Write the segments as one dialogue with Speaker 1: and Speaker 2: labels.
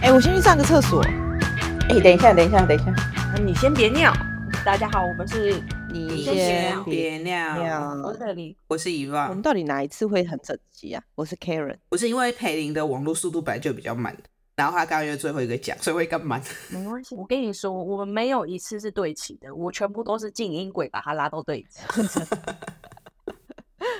Speaker 1: 哎、我先去上个厕所。
Speaker 2: 哎，等一下，等一下，等一下，
Speaker 3: 你先别尿。大家好，我们是
Speaker 1: 你
Speaker 2: 你
Speaker 3: 先
Speaker 1: 先
Speaker 2: 先
Speaker 1: 别，
Speaker 2: 别尿。
Speaker 3: 我是特里。
Speaker 2: 我是遗
Speaker 1: 我们
Speaker 2: 忘，
Speaker 1: 到底哪一次会很整齐啊？我是 Karen，
Speaker 2: 我是因为裴林的网络速度本来就比较慢，然后他刚刚又最后一个讲，所以会更慢。
Speaker 3: 没关系，我跟你说，我们没有一次是对齐的，我全部都是进音轨把它拉到对齐。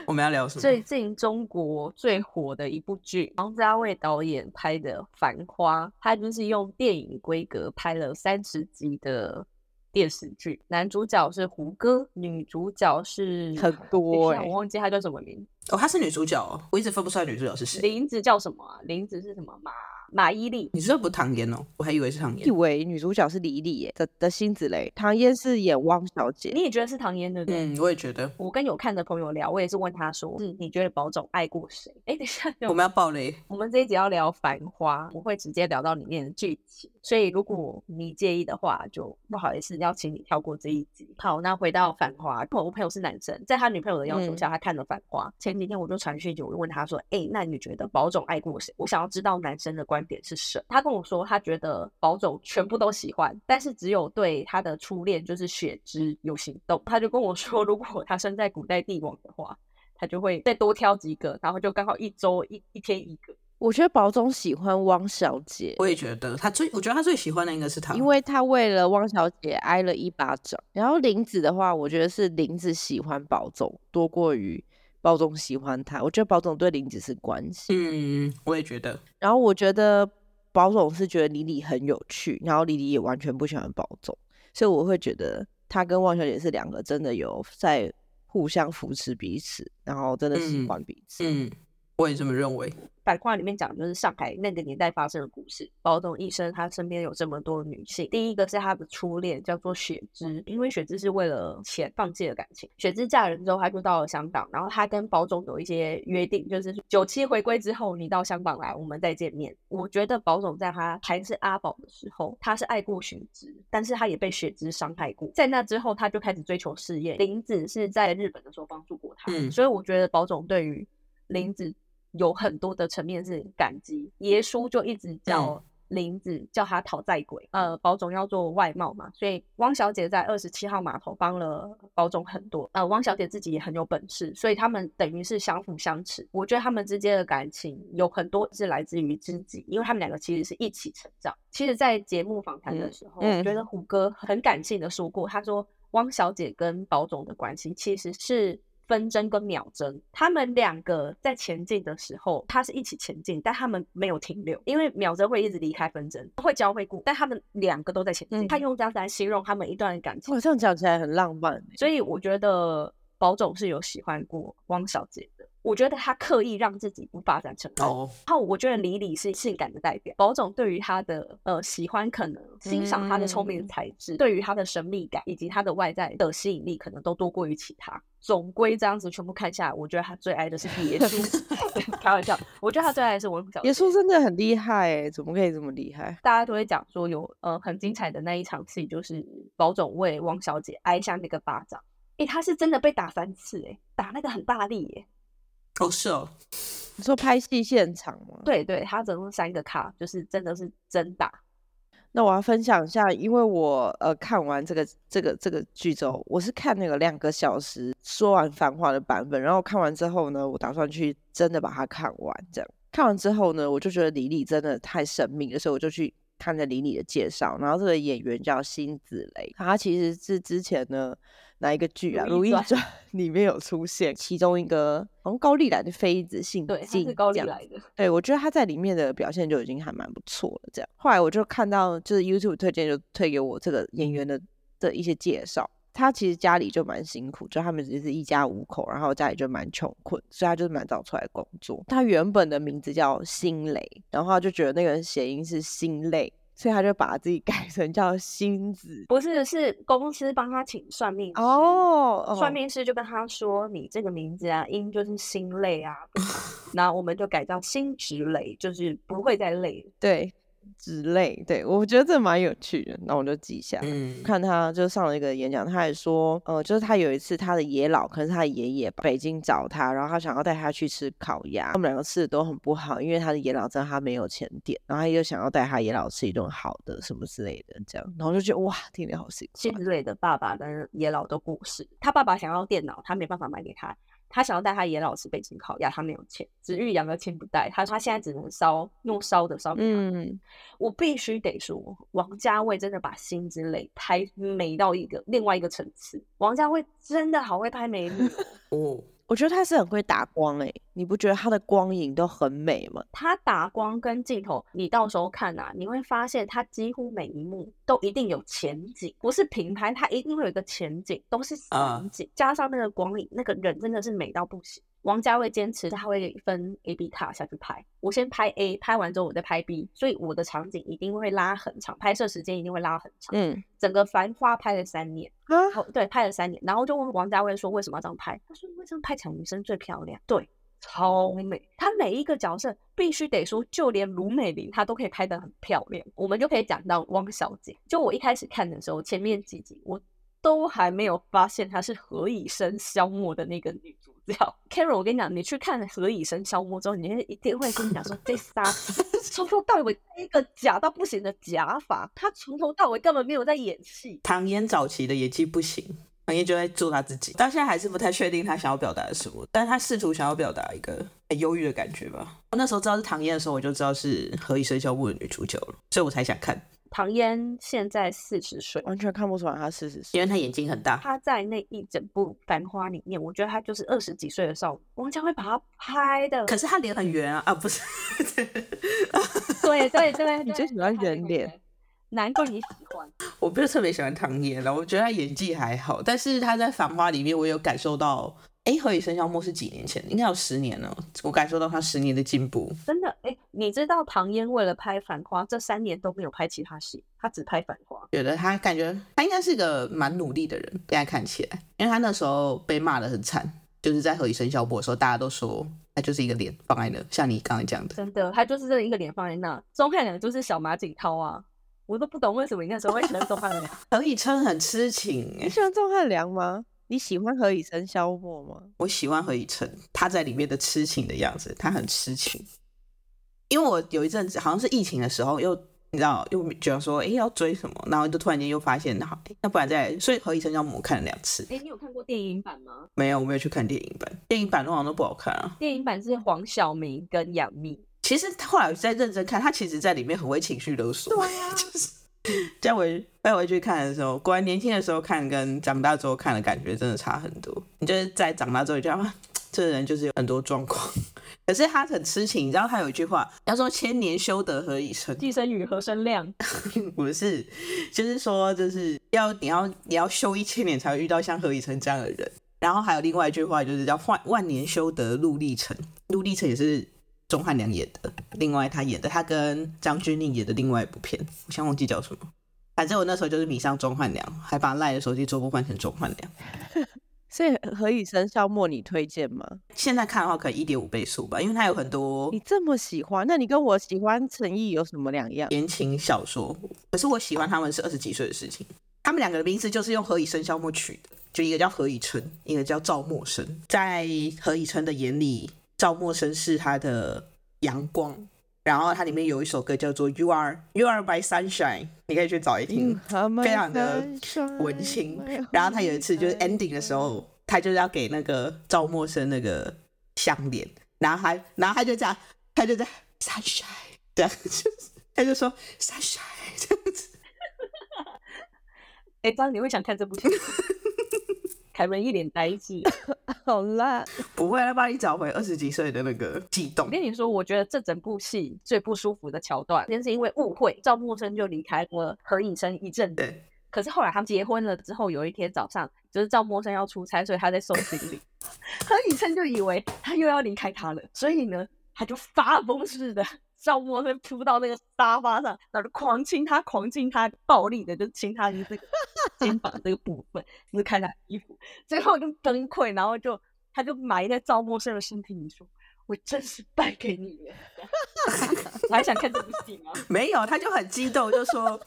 Speaker 2: 我们要聊什么？
Speaker 3: 最近中国最火的一部剧，王家卫导演拍的《繁花》，他就是用电影规格拍了三十集的电视剧。男主角是胡歌，女主角是
Speaker 1: 很
Speaker 3: 等一
Speaker 1: 多
Speaker 3: 下
Speaker 1: 哎、
Speaker 3: 我忘记他叫什么名，
Speaker 2: 哦，她是女主角哦，我一直分不出来女主角是谁。
Speaker 3: 林子叫什么、啊？林子是什么？马马伊琍。
Speaker 2: 你说不是唐嫣哦？我还以为是唐
Speaker 1: 以
Speaker 2: 嫣。
Speaker 1: 为女主角是李李耶的的辛芷蕾，唐嫣是演汪小姐。
Speaker 3: 你也觉得是唐嫣对不对？
Speaker 2: 嗯，我也觉得。
Speaker 3: 我跟有看的朋友聊，我也是问他说，嗯，你觉得宝总爱过谁？哎，等一下，
Speaker 2: 我们要爆雷，
Speaker 3: 我们这一集要聊《繁花》，我会直接聊到里面的剧情，所以如果你介意的话，就不好意思邀请你跳过这一集。好，那回到《繁花》，我朋友是男生，在他女朋友的要求
Speaker 1: 嗯
Speaker 3: 下，他看了《繁花》。前几天我就传讯息，我就问他说：“哎、那你觉得宝总爱过谁？”我想要知道男生的观点是什么。他跟我说，他觉得宝总全部都喜欢，但是只有对他的初恋就是雪芝有行动。他就跟我说，如果他生在古代帝王的话。他就会再多挑几个，然后就刚好一周一一天一个，
Speaker 1: 我觉得宝总喜欢汪小姐，
Speaker 2: 我也觉得她最，我觉得她最喜欢的应该是她，
Speaker 1: 因为她为了汪小姐挨了一巴掌。然后林子的话，我觉得是林子喜欢宝总多过于宝总喜欢她。我觉得宝总对林子是关系。
Speaker 2: 嗯，我也觉得。
Speaker 1: 然后我觉得宝总是觉得李李很有趣，然后李李也完全不喜欢宝总，所以我会觉得他跟汪小姐是两个真的有在互相扶持彼此，然后真的喜
Speaker 2: 嗯
Speaker 1: 欢彼此。
Speaker 2: 嗯，我也这么认为。
Speaker 3: 板块里面讲的就是上海那个年代发生的故事。宝总一生他身边有这么多女性，第一个是他的初恋，叫做雪芝，因为雪芝是为了钱放弃了感情。雪芝嫁人之后，她就到了香港，然后她跟宝总有一些约定，就是九七回归之后，你到香港来，我们再见面。我觉得宝总在他还是阿宝的时候，他是爱过雪芝，但是他也被雪芝伤害过。在那之后，他就开始追求事业。林子是在日本的时候帮助过他，
Speaker 2: 嗯
Speaker 3: 所以我觉得宝总对于林子有很多的层面是感激。爷叔就一直叫林子叫他讨债鬼，呃，宝总要做外贸嘛，所以汪小姐在二十七号码头帮了宝总很多，呃，汪小姐自己也很有本事，所以他们等于是相辅相成。我觉得他们之间的感情有很多是来自于知己，因为他们两个其实是一起成长。其实，在节目访谈的
Speaker 1: 嗯
Speaker 3: 时候，我觉
Speaker 1: 嗯
Speaker 3: 得胡歌很感性的说过，他说汪小姐跟宝总的关系其实是纷争跟秒针，他们两个在前进的时候，他是一起前进，但他们没有停留，因为秒针会一直离开纷争，会交会顾，但他们两个都在前进。
Speaker 1: 嗯
Speaker 3: 他用这样子来形容他们一段感情
Speaker 1: 哇，，这样讲起来很浪漫欸、
Speaker 3: 所以我觉得宝总是有喜欢过汪小姐的。我觉得他刻意让自己不发展成爱
Speaker 2: 哦，
Speaker 3: 然后我觉得李李是性感的代表，宝总对于她的呃喜欢，可能欣赏她的聪明
Speaker 1: 嗯
Speaker 3: 才智，对于她的神秘感以及她的外在的吸引力，可能都多过于其他。总归这样子全部看下来，我觉得他最爱的是别 墅，开玩笑，我觉得他最爱的是文小姐。
Speaker 1: 野叔真的很厉害、欸，怎么可以这么厉害？
Speaker 3: 大家都会讲说有呃很精彩的那一场戏，就是宝总为汪小姐挨下那个巴掌。诶，他是真的被打三次、诶，打那个很大力、耶。
Speaker 2: 哦是哦，
Speaker 1: 你说拍戏现场吗？
Speaker 3: 对对，他总共三个卡，就是真的是真打。
Speaker 1: 那我要分享一下，因为我呃看完这个这个这个剧之后，我是看那个两个小时说完《繁花》的版本，然后看完之后呢，我打算去真的把它看完。这样看完之后呢，我就觉得李李真的太神秘了，所以我就去看了李李的介绍。然后这个演员叫辛芷蕾，她其实是之前呢哪一个剧啊，《
Speaker 3: 如
Speaker 1: 如懿
Speaker 3: 懿传
Speaker 1: 传》里面有出现，其中一个好像高丽来的妃子姓
Speaker 3: 对，他
Speaker 1: 金，
Speaker 3: 是高丽
Speaker 1: 这样
Speaker 3: 来的。
Speaker 1: 对，我觉得他在里面的表现就已经还蛮不错了。这样，后来我就看到就是 YouTube 推荐就推给我这个演员的的一些介绍。他其实家里就蛮辛苦，就他们只是一家五口，然后家里就蛮穷困，所以他就是蛮早出来工作。他原本的名字叫辛蕾，然后他就觉得那个谐音是心累，所以他就把自己 改成叫辛子。
Speaker 3: 不是，是公司帮他请算命师。
Speaker 1: 哦，哦
Speaker 3: 算命师就跟他说：“你这个名字啊，音就是心 累啊，那我们就改叫心直累，就是不会再累。
Speaker 1: 对，”之类。对我觉得这蛮有趣的，那我就记下来。
Speaker 2: 嗯，
Speaker 1: 看他就上了一个演讲，他还说，呃，就是他有一次他的爷老，可能是他的爷爷吧，北京找他，然后他想要带他去吃烤鸭，他们两个吃的都很不好，因为他的爷老知道他没有钱点，然后他就想要带他爷老吃一顿好的什么之类的，这样，然后就觉得哇，听起来好心
Speaker 3: 谢
Speaker 1: 酸，
Speaker 3: 瑞的爸爸跟野老都过世，他爸爸想要电脑，他没办法买给他。他想要带他野老吃北京烤鸭，他没有钱，子玉养个亲不带，他说他现在只能烧用烧的烧给他。
Speaker 1: 嗯，
Speaker 3: 我必须得说，王家卫真的把辛芷蕾拍美到一个另外一个层次。王家卫真的好会拍 美女哦，
Speaker 2: 哦，
Speaker 1: 我觉得他是很会打光诶、你不觉得他的光影都很美吗？
Speaker 3: 他打光跟镜头，你到时候看啊，你会发现他几乎每一幕都一定有前景，不是平拍，他一定会有一个前景，都是
Speaker 2: 啊
Speaker 3: 散景，加上那个光影，那个人真的是美到不行。王家卫坚持他会分 A、B 卡下去拍，我先拍 A，拍完之后我再拍 B，所以我的场景一定会拉很长，拍摄时间一定会拉很长。
Speaker 1: 嗯
Speaker 3: 整个《繁花》拍了三年，
Speaker 1: 啊，
Speaker 3: 哦，对，拍了三年，然后就问王家卫说为什么要这样拍？他说因为这样拍起来女生最漂亮，对，超美。他每一个角色必须得说，就连卢美玲她都可以拍得很漂亮。我们就可以讲到汪小姐，就我一开始看的时候，前面几集我都还没有发现她是何以笙箫默的那个女主角。Carol，我跟你讲，你去看了《何以笙箫默》之后，你就一定会跟你讲说，这仨从头到尾一个假到不行的假发，她从头到尾根本没有在演戏。
Speaker 2: 唐嫣早期的演技不行，唐嫣就在做她自己，到现在还是不太确定她想要表达的什么，但她试图想要表达一个很忧郁的感觉吧。我那时候知道是唐嫣的时候，我就知道是《何以笙箫默》的女主角了，所以我才想看，
Speaker 3: 唐嫣现在四十岁，
Speaker 1: 完全看不出来他四十
Speaker 2: 因
Speaker 1: 岁，
Speaker 2: 为她眼睛很大。
Speaker 3: 她在那一整部《繁花》里面，我觉得她就是二十几岁的少女。王家卫把她拍的，
Speaker 2: 可是她脸很圆啊，啊不是，
Speaker 3: 对对 对，
Speaker 1: 你
Speaker 3: 对
Speaker 1: 最喜欢
Speaker 3: 她那
Speaker 1: 圆
Speaker 3: 个
Speaker 1: 脸
Speaker 3: 人，难怪你喜欢。
Speaker 2: 我不是特别喜欢唐嫣了，我觉得她演技还好，但是她在《繁花》里面，我有感受到，哎，《何以笙箫默》是几年前，应该有十年了，我感受到她十年的进步。
Speaker 3: 真的，哎，你知道唐嫣为了拍《繁花》，这三年都没有拍其他戏，她只拍《繁花》。
Speaker 2: 觉得他感觉他应该是个蛮努力的人，现在看起来，因为他那时候被骂的很惨，就是在何以笙箫默的时候，大家都说他就是一个脸放在那，像你刚才讲的，
Speaker 3: 真的，她就是这一个脸放在那，钟汉良就是小马景涛啊。我都不懂为什么你那时候会喜欢钟汉 良，
Speaker 2: 何以琛很痴情
Speaker 1: 你
Speaker 2: 欸，
Speaker 1: 喜欢钟汉良吗？你喜欢何以笙箫默吗？
Speaker 2: 我喜欢何以琛，他在里面的痴情的样子，他很痴情。因为我有一阵子好像是疫情的时候，又你知道又觉得说，哎、要追什么，然后就突然间又发现，好，诶那不然再来，所以何以琛箫默我看了两次，
Speaker 3: 哎，你有看过电影版吗？
Speaker 2: 没有，我没有去看电影版，电影版通常都不好看啊。
Speaker 3: 电影版是黄晓明跟杨幂，
Speaker 2: 其实他后来我再认真看，他其实在里面很会情绪勒索。对呀、 就是再回再回去看的时候，果然年轻的时候看跟长大之后看的感觉真的差很多。你就是在长大之后，你就啊，这个人就是有很多状况，可是他很痴情。你知道他有一句话，他说“千年修得何以琛
Speaker 3: 寄生与何生亮。”，
Speaker 2: 不是，就是说就是要你要你要修一千年才会遇到像何以琛这样的人。然后还有另外一句话，就是叫“万万年修得陆历城”，陆历城也是钟汉良演的，另外他演的，他跟张钧甯演的另外一部片，我想忘记叫什么。反正我那时候就是迷上钟汉良，还把赖的手机桌布换成钟汉良。
Speaker 1: 所以何以笙箫默你推荐吗？
Speaker 2: 现在看的话，可能一点五倍速吧，因为它有很多
Speaker 1: 你这么喜欢，那你跟我喜欢陈毅有什么两样？
Speaker 2: 言情小说。可是我喜欢他们是二十几岁的事情。他们两个的名字就是用何以笙箫默取的，就一个叫何以琛，一个叫赵默笙。在何以琛的眼里，赵默笙是他的阳光。然后它里面有一首歌叫做《You Are You Are My Sunshine》，你可以去找来听。嗯
Speaker 1: 嗯
Speaker 2: 非常的文青。然后他有一次就是 ending 的时候，他就是要给那个赵默笙那个项链，然后他，然后他就这样，他就在 sunshine 这样，就是他就说 sunshine 这样子。
Speaker 3: 哎、张，你会想看这部剧？凯文一脸呆滞。
Speaker 1: 好烂，
Speaker 2: 不会，他帮你找回二十几岁的那个悸动
Speaker 3: 我。跟你说，我觉得这整部戏最不舒服的桥段，先是因为误会，赵默笙就离开了何以琛一阵子。
Speaker 2: 对，
Speaker 3: 可是后来他们结婚了之后，有一天早上，就是赵默笙要出差，所以他在送行李，何以琛就以为他又要离开他了，所以呢，他就发疯似的。赵默笙扑到那个沙发上，然后就狂亲他，狂亲他，暴力的就亲他这个肩膀这个部分，就是看他衣服，最后就崩溃，然后就他就埋在赵默生的身体里说：“我真是败给你了。”我还想看这部戏吗？
Speaker 2: 没有，他就很激动，就说：“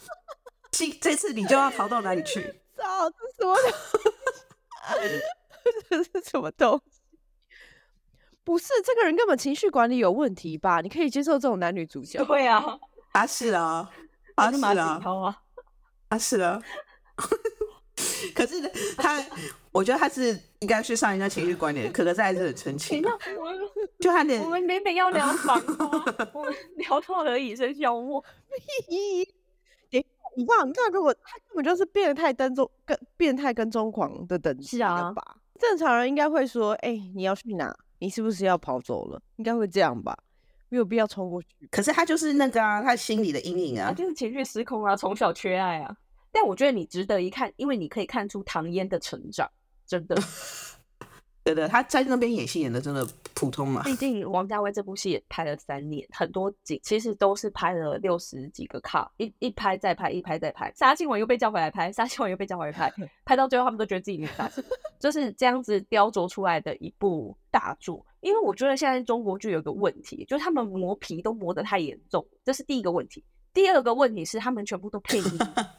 Speaker 2: 这这次你就要逃到哪里去
Speaker 1: 操，这是什么东 西？这是什么东西？不是，这个人根本情绪管理有问题吧？你可以接受这种男女主角？
Speaker 3: 对啊，？”
Speaker 2: 啊，是啊，
Speaker 3: 他
Speaker 2: 啊
Speaker 3: 就是马景
Speaker 2: 啊，
Speaker 3: 涛啊，
Speaker 2: 啊是啊。 可是他，我觉得他是应该去上人家情绪管理的，可可是还是很澄
Speaker 3: 等一
Speaker 2: 清
Speaker 3: 下
Speaker 2: 啊，，
Speaker 3: 我们
Speaker 2: 就他的
Speaker 3: 哎我们原本要聊房花，我们 聊到了以身消磨，
Speaker 1: 咦，等一下，你知道，你知道，如果他根本就是变态跟踪跟变态跟踪狂的等级了
Speaker 3: 啊
Speaker 1: 吧？正常人应该会说，哎、你要去哪？你是不是要跑走了？应该会这样吧？没有必要冲过去。
Speaker 2: 可是他就是那个啊，他心里的阴影
Speaker 3: 啊，
Speaker 2: 啊，
Speaker 3: 就是情绪失控啊，从小缺爱啊。但我觉得你值得一看，因为你可以看出唐嫣的成长，真的。
Speaker 2: 对的，他在那边演戏演的真的普通嘛，
Speaker 3: 毕竟王家卫这部戏也拍了三年，很多景其实都是拍了六十几个卡，一一拍再拍，一拍再拍，杀青完又被叫回来拍，杀青完又被叫回来拍，拍到最后他们都觉得自己女杀青，就是这样子雕琢出来的一部大作。因为我觉得现在中国剧有个问题，就是他们磨皮都磨得太严重，这是第一个问题。第二个问题是他们全部都配音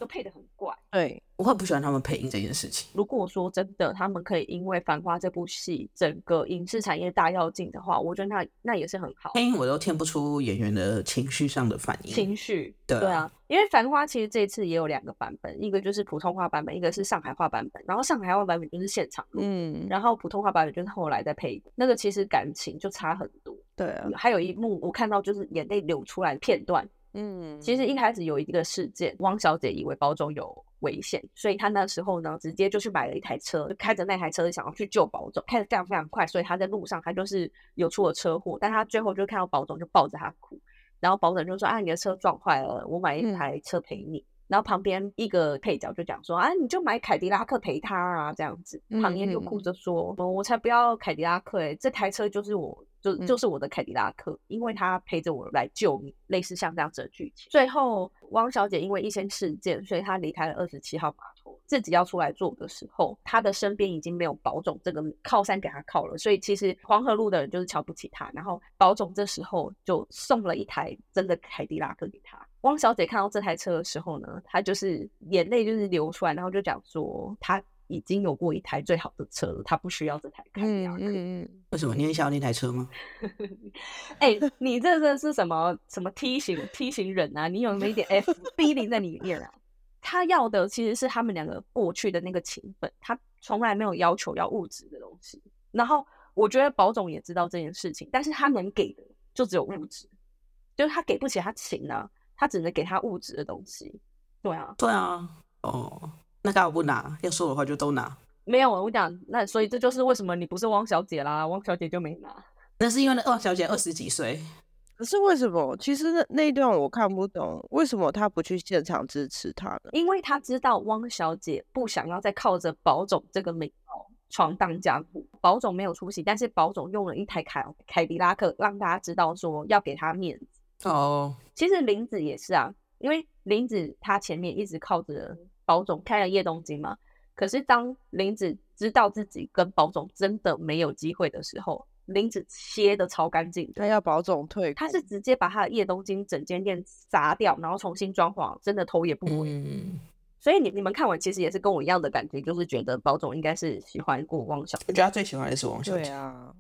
Speaker 3: 都配得很怪。
Speaker 1: 对，
Speaker 2: 我很不喜欢他们配音这件事情。
Speaker 3: 如果说真的，他们可以因为《繁花》这部戏整个影视产业大跃进的话，我觉得那那也是很好。
Speaker 2: 配音我都听不出演员的情绪上的反应。
Speaker 3: 情绪，
Speaker 2: 对啊
Speaker 3: 啊，因为《繁花》其实这一次也有两个版本，一个就是普通话版本，一个是上海话版本。然后上海话版本就是现场录，
Speaker 1: 嗯，
Speaker 3: 然后普通话版本就是后来再配音，那个其实感情就差很多。
Speaker 1: 对啊，
Speaker 3: 还有一幕我看到就是眼泪流出来的片段，
Speaker 1: 嗯，
Speaker 3: 其实一开始有一个事件，汪小姐以为包中有危险，所以她那时候呢，直接就去买了一台车，开着那台车想要去救保总，开得非常非常快，所以她在路上她就是有出了车祸，但她最后就看到保总就抱着她哭，然后保总就说啊你的车撞坏了，我买一
Speaker 1: 嗯
Speaker 3: 台车赔你。然后旁边一个配角就讲说啊，你就买凯迪拉克陪他啊，这样子。旁边就
Speaker 1: 嗯嗯
Speaker 3: 哭着说，我才不要凯迪拉克哎、这台车就是我，就
Speaker 1: 嗯
Speaker 3: 就是我的凯迪拉克，因为他陪着我来救你，类似像这样子的剧情。最后，汪小姐因为一些事件，所以她离开了二十七号码头，自己要出来做的时候，她的身边已经没有保总这个靠山给她靠了，所以其实黄河路的人就是瞧不起她。然后保总这时候就送了一台真的凯迪拉克给她。汪小姐看到这台车的时候呢，她就是眼泪就是流出来，然后就讲说她已经有过一台最好的车了，她不需要这台凯迪拉
Speaker 1: 嗯
Speaker 3: 克。
Speaker 1: 嗯嗯，
Speaker 2: 为什么你很想要那台车吗？
Speaker 3: 哎、你这个是什么什么 T 型 T 型人啊？你有没有一点 F B 零在里面啊？他要的其实是他们两个过去的那个情分，他从来没有要求要物质的东西。然后我觉得保总也知道这件事情，但是他能给的就只有物质，就是他给不起他情啊，他只能给他物质的东西。对啊，
Speaker 2: 对啊，哦，那干嘛不拿？要说的话就都拿。
Speaker 3: 没有我讲那，所以这就是为什么你不是汪小姐啦，汪小姐就没拿。
Speaker 2: 那是因为那二小姐二十几岁，
Speaker 1: 可是为什么？其实那那一段我看不懂，为什么他不去现场支持他呢？
Speaker 3: 因为他知道汪小姐不想要再靠着保总这个名号闯荡江湖。保总没有出席，但是保总用了一台凯凯迪拉克，让大家知道说要给他面子。
Speaker 2: 哦，
Speaker 3: 其实林子也是啊，因为林子他前面一直靠着保总开了叶东京嘛，可是当林子知道自己跟保总真的没有机会的时候，林子切的超干净的。
Speaker 1: 他要保总退
Speaker 3: 他
Speaker 1: 股
Speaker 3: 是直接把他的叶东京整间店砸掉，然后重新装潢，真的头也不回。
Speaker 2: 嗯，
Speaker 3: 所以你你们看完其实也是跟我一样的感觉，就是觉得保总应该是喜欢过汪小姐。
Speaker 2: 我觉得她最喜欢的是王小
Speaker 1: 对
Speaker 2: 姐，
Speaker 1: 啊，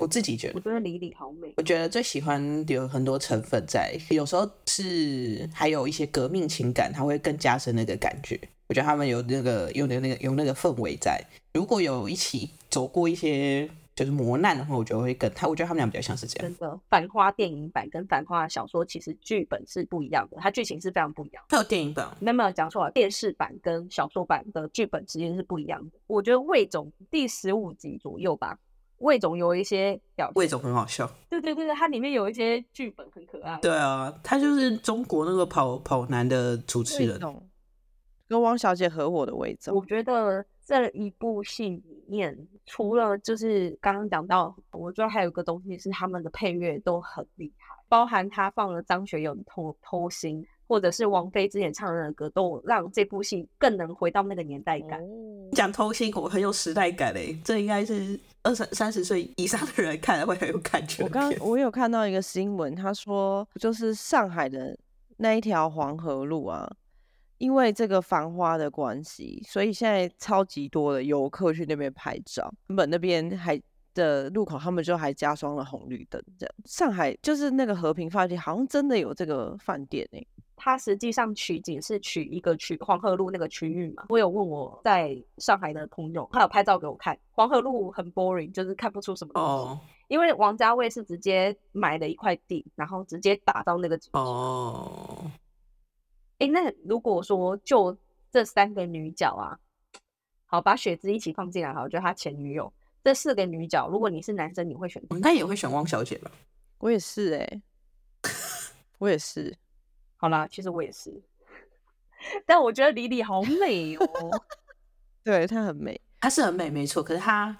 Speaker 2: 我自己觉
Speaker 3: 我觉
Speaker 2: 得。
Speaker 3: 得李李好美
Speaker 2: 我，觉得最喜欢有很多成分在，有时候是还有一些革命情感，它会更加深那个感觉。我觉得他们有那个有那个有那个氛围在。如果有一起走过一些就是磨难的话，我觉得会更他，我觉得他们俩比较像是这样。
Speaker 3: 真的。繁花电影版跟繁花小说其实剧本是不一样的，它剧情是非常不一样的。
Speaker 2: 还有电影版，
Speaker 3: 没有没有讲错了，电视版跟小说版的剧本其实是不一样的。我觉得魏总第十五集左右吧，魏总有一些表，
Speaker 2: 魏总很好笑。
Speaker 3: 对对对对，它里面有一些剧本很可爱。
Speaker 2: 对啊，他就是中国那个跑跑男的主持
Speaker 1: 魏
Speaker 2: 人。
Speaker 1: 总跟汪小姐合伙的魏总
Speaker 3: 我，觉得这一部戏里面，除了就是刚刚讲到，我觉得还有一个东西是他们的配乐都很厉害，包含他放了张学友的《偷偷心》，或者是王菲之前唱的歌，都让这部戏更能回到那个年代感。
Speaker 1: 哦
Speaker 2: 欸讲偷心，我很有时代感嘞、这应该是二三三十岁以上的人看了会很有感觉
Speaker 1: 我
Speaker 2: 的
Speaker 1: 刚
Speaker 2: 片。
Speaker 1: 我有看到一个新闻，他说就是上海的那一条黄河路啊，因为这个繁花的关系，所以现在超级多的游客去那边拍照。原本那边还的路口，他们就还加装了红绿灯，这样。上海就是那个和平饭店，好像真的有这个饭店欸诶、
Speaker 3: 它实际上取景是取一个区黄河路那个区域嘛。我有问我在上海的朋友，他有拍照给我看，黄河路很 boring，就是看不出什么东西。
Speaker 2: 哦
Speaker 3: 因为王家卫是直接买了一块地，然后直接打到那个景区。
Speaker 2: 哦，
Speaker 3: 诶，那如果说就这三个女角啊，好，把雪芝一起放进来好了，就她前女友。这四个女角，如果你是男生，你会选
Speaker 2: 我应该也会选汪小姐吧？
Speaker 1: 我也是诶、 我也是。
Speaker 3: 好啦，其实我也是， 但我觉得李李好美哦，
Speaker 1: 对，她很美。
Speaker 2: 她是很美，没错，可是她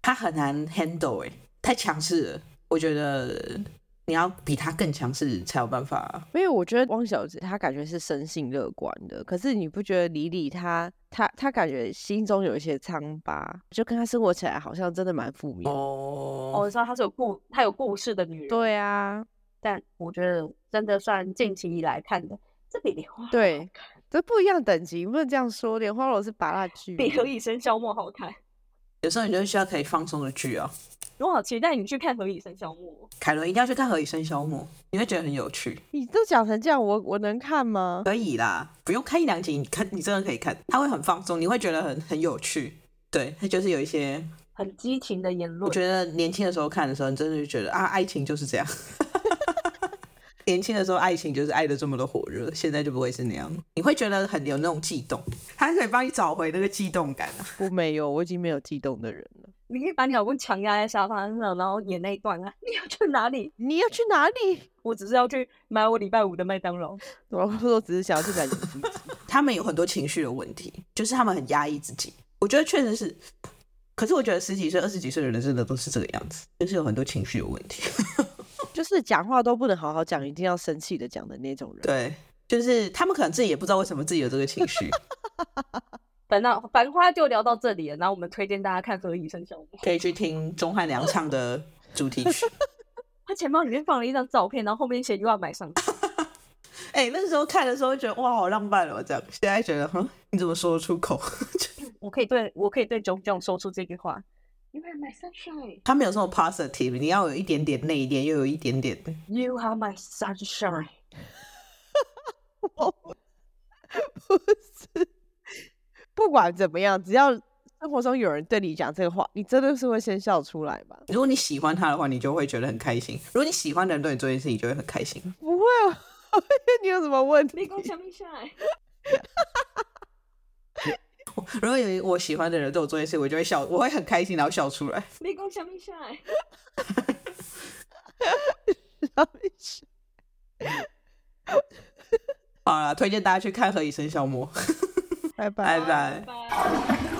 Speaker 2: 她很难 handle 哎、太强势了。我觉得你要比她更强势才有办法。
Speaker 1: 没有，我觉得汪小姐她感觉是生性乐观的，可是你不觉得李李她她她感觉心中有一些苍疤，就跟她生活起来好像真的蛮负面的。
Speaker 3: 我
Speaker 2: 哦，
Speaker 3: 知道她是有故，她有故事的女人。，
Speaker 1: 对啊，
Speaker 3: 但我觉得真的算近期以来看的，这比莲花好
Speaker 1: 对
Speaker 3: 好看，
Speaker 1: 这不一样等级，不能这样说。莲花楼是拔蜡剧，
Speaker 3: 比何以笙箫默好看。
Speaker 2: 有时候你就需要可以放松的剧啊。
Speaker 3: 我好期待你去看何以笙箫默。
Speaker 2: 凯伦一定要去看《何以笙箫默》，你会觉得很有趣。
Speaker 1: 你都讲成这样，我我能看吗？
Speaker 2: 可以啦，不用看一两集，你看你真的可以看，它会很放松，你会觉得很很有趣。对，它就是有一些，
Speaker 3: 很激情的言
Speaker 2: 我
Speaker 3: 论，
Speaker 2: 觉得年轻的时候看的时候，你真的就觉得啊，爱情就是这样。 年轻的时候，爱情就是爱的这么的火热，现在就不会是那样，你会觉得很有那种悸动，它可以帮你找回那个悸动感啊。
Speaker 1: 我没有，我已经没有激动的人了。
Speaker 3: 你可以把你老公强压在沙发上，然后演那一段啊。你要去哪里？
Speaker 1: 你要去哪里？
Speaker 3: 我只是要去买我礼拜五的麦当劳。
Speaker 1: 我说只是想要去买盐酥鸡
Speaker 2: 他们有很多情绪的问题，就是他们很压抑自己。我觉得确实是，可是我觉得十几岁、二十几岁的人真的都是这个样子，就是有很多情绪有问题。
Speaker 1: 就是讲话都不能好好讲，一定要生气的讲的那种人。
Speaker 2: 对，就是他们可能自己也不知道为什么自己有这个情绪，
Speaker 3: 本到繁花就聊到这里了，然后我们推荐大家看《何以笙箫默》，
Speaker 2: 可以去听钟汉良唱的主题曲。
Speaker 3: 他钱包里面放了一张照片，然后后面写又要买上。
Speaker 2: 哎、那时候看的时候觉得哇，好浪漫哦，这样。现在觉得，哼，你怎么说得出口？
Speaker 3: 我可以对我可以对炯炯说出这句话。You are my sunshine,
Speaker 2: 他没有这么 positive，你要有一点点内敛，又有一点点
Speaker 3: you are my sunshine。
Speaker 1: 不是，不管怎么样，只要生活中有人对你讲这个话，你真的是会先笑出来吧？
Speaker 2: 如果你喜欢他的话，你就会觉得很开心；如果你喜欢的人对你做这件事，你就会很开心。
Speaker 1: 不会啊， 你有什么问题？
Speaker 3: 你讲什么啥？
Speaker 2: 如果有我喜欢的人对我做这件事，我就会笑，我会很开心，然后笑出来。
Speaker 3: 你讲什么啥？
Speaker 2: 好啦，推荐大家去看《何以笙箫默》，
Speaker 1: 拜拜
Speaker 2: 拜拜。
Speaker 3: 拜。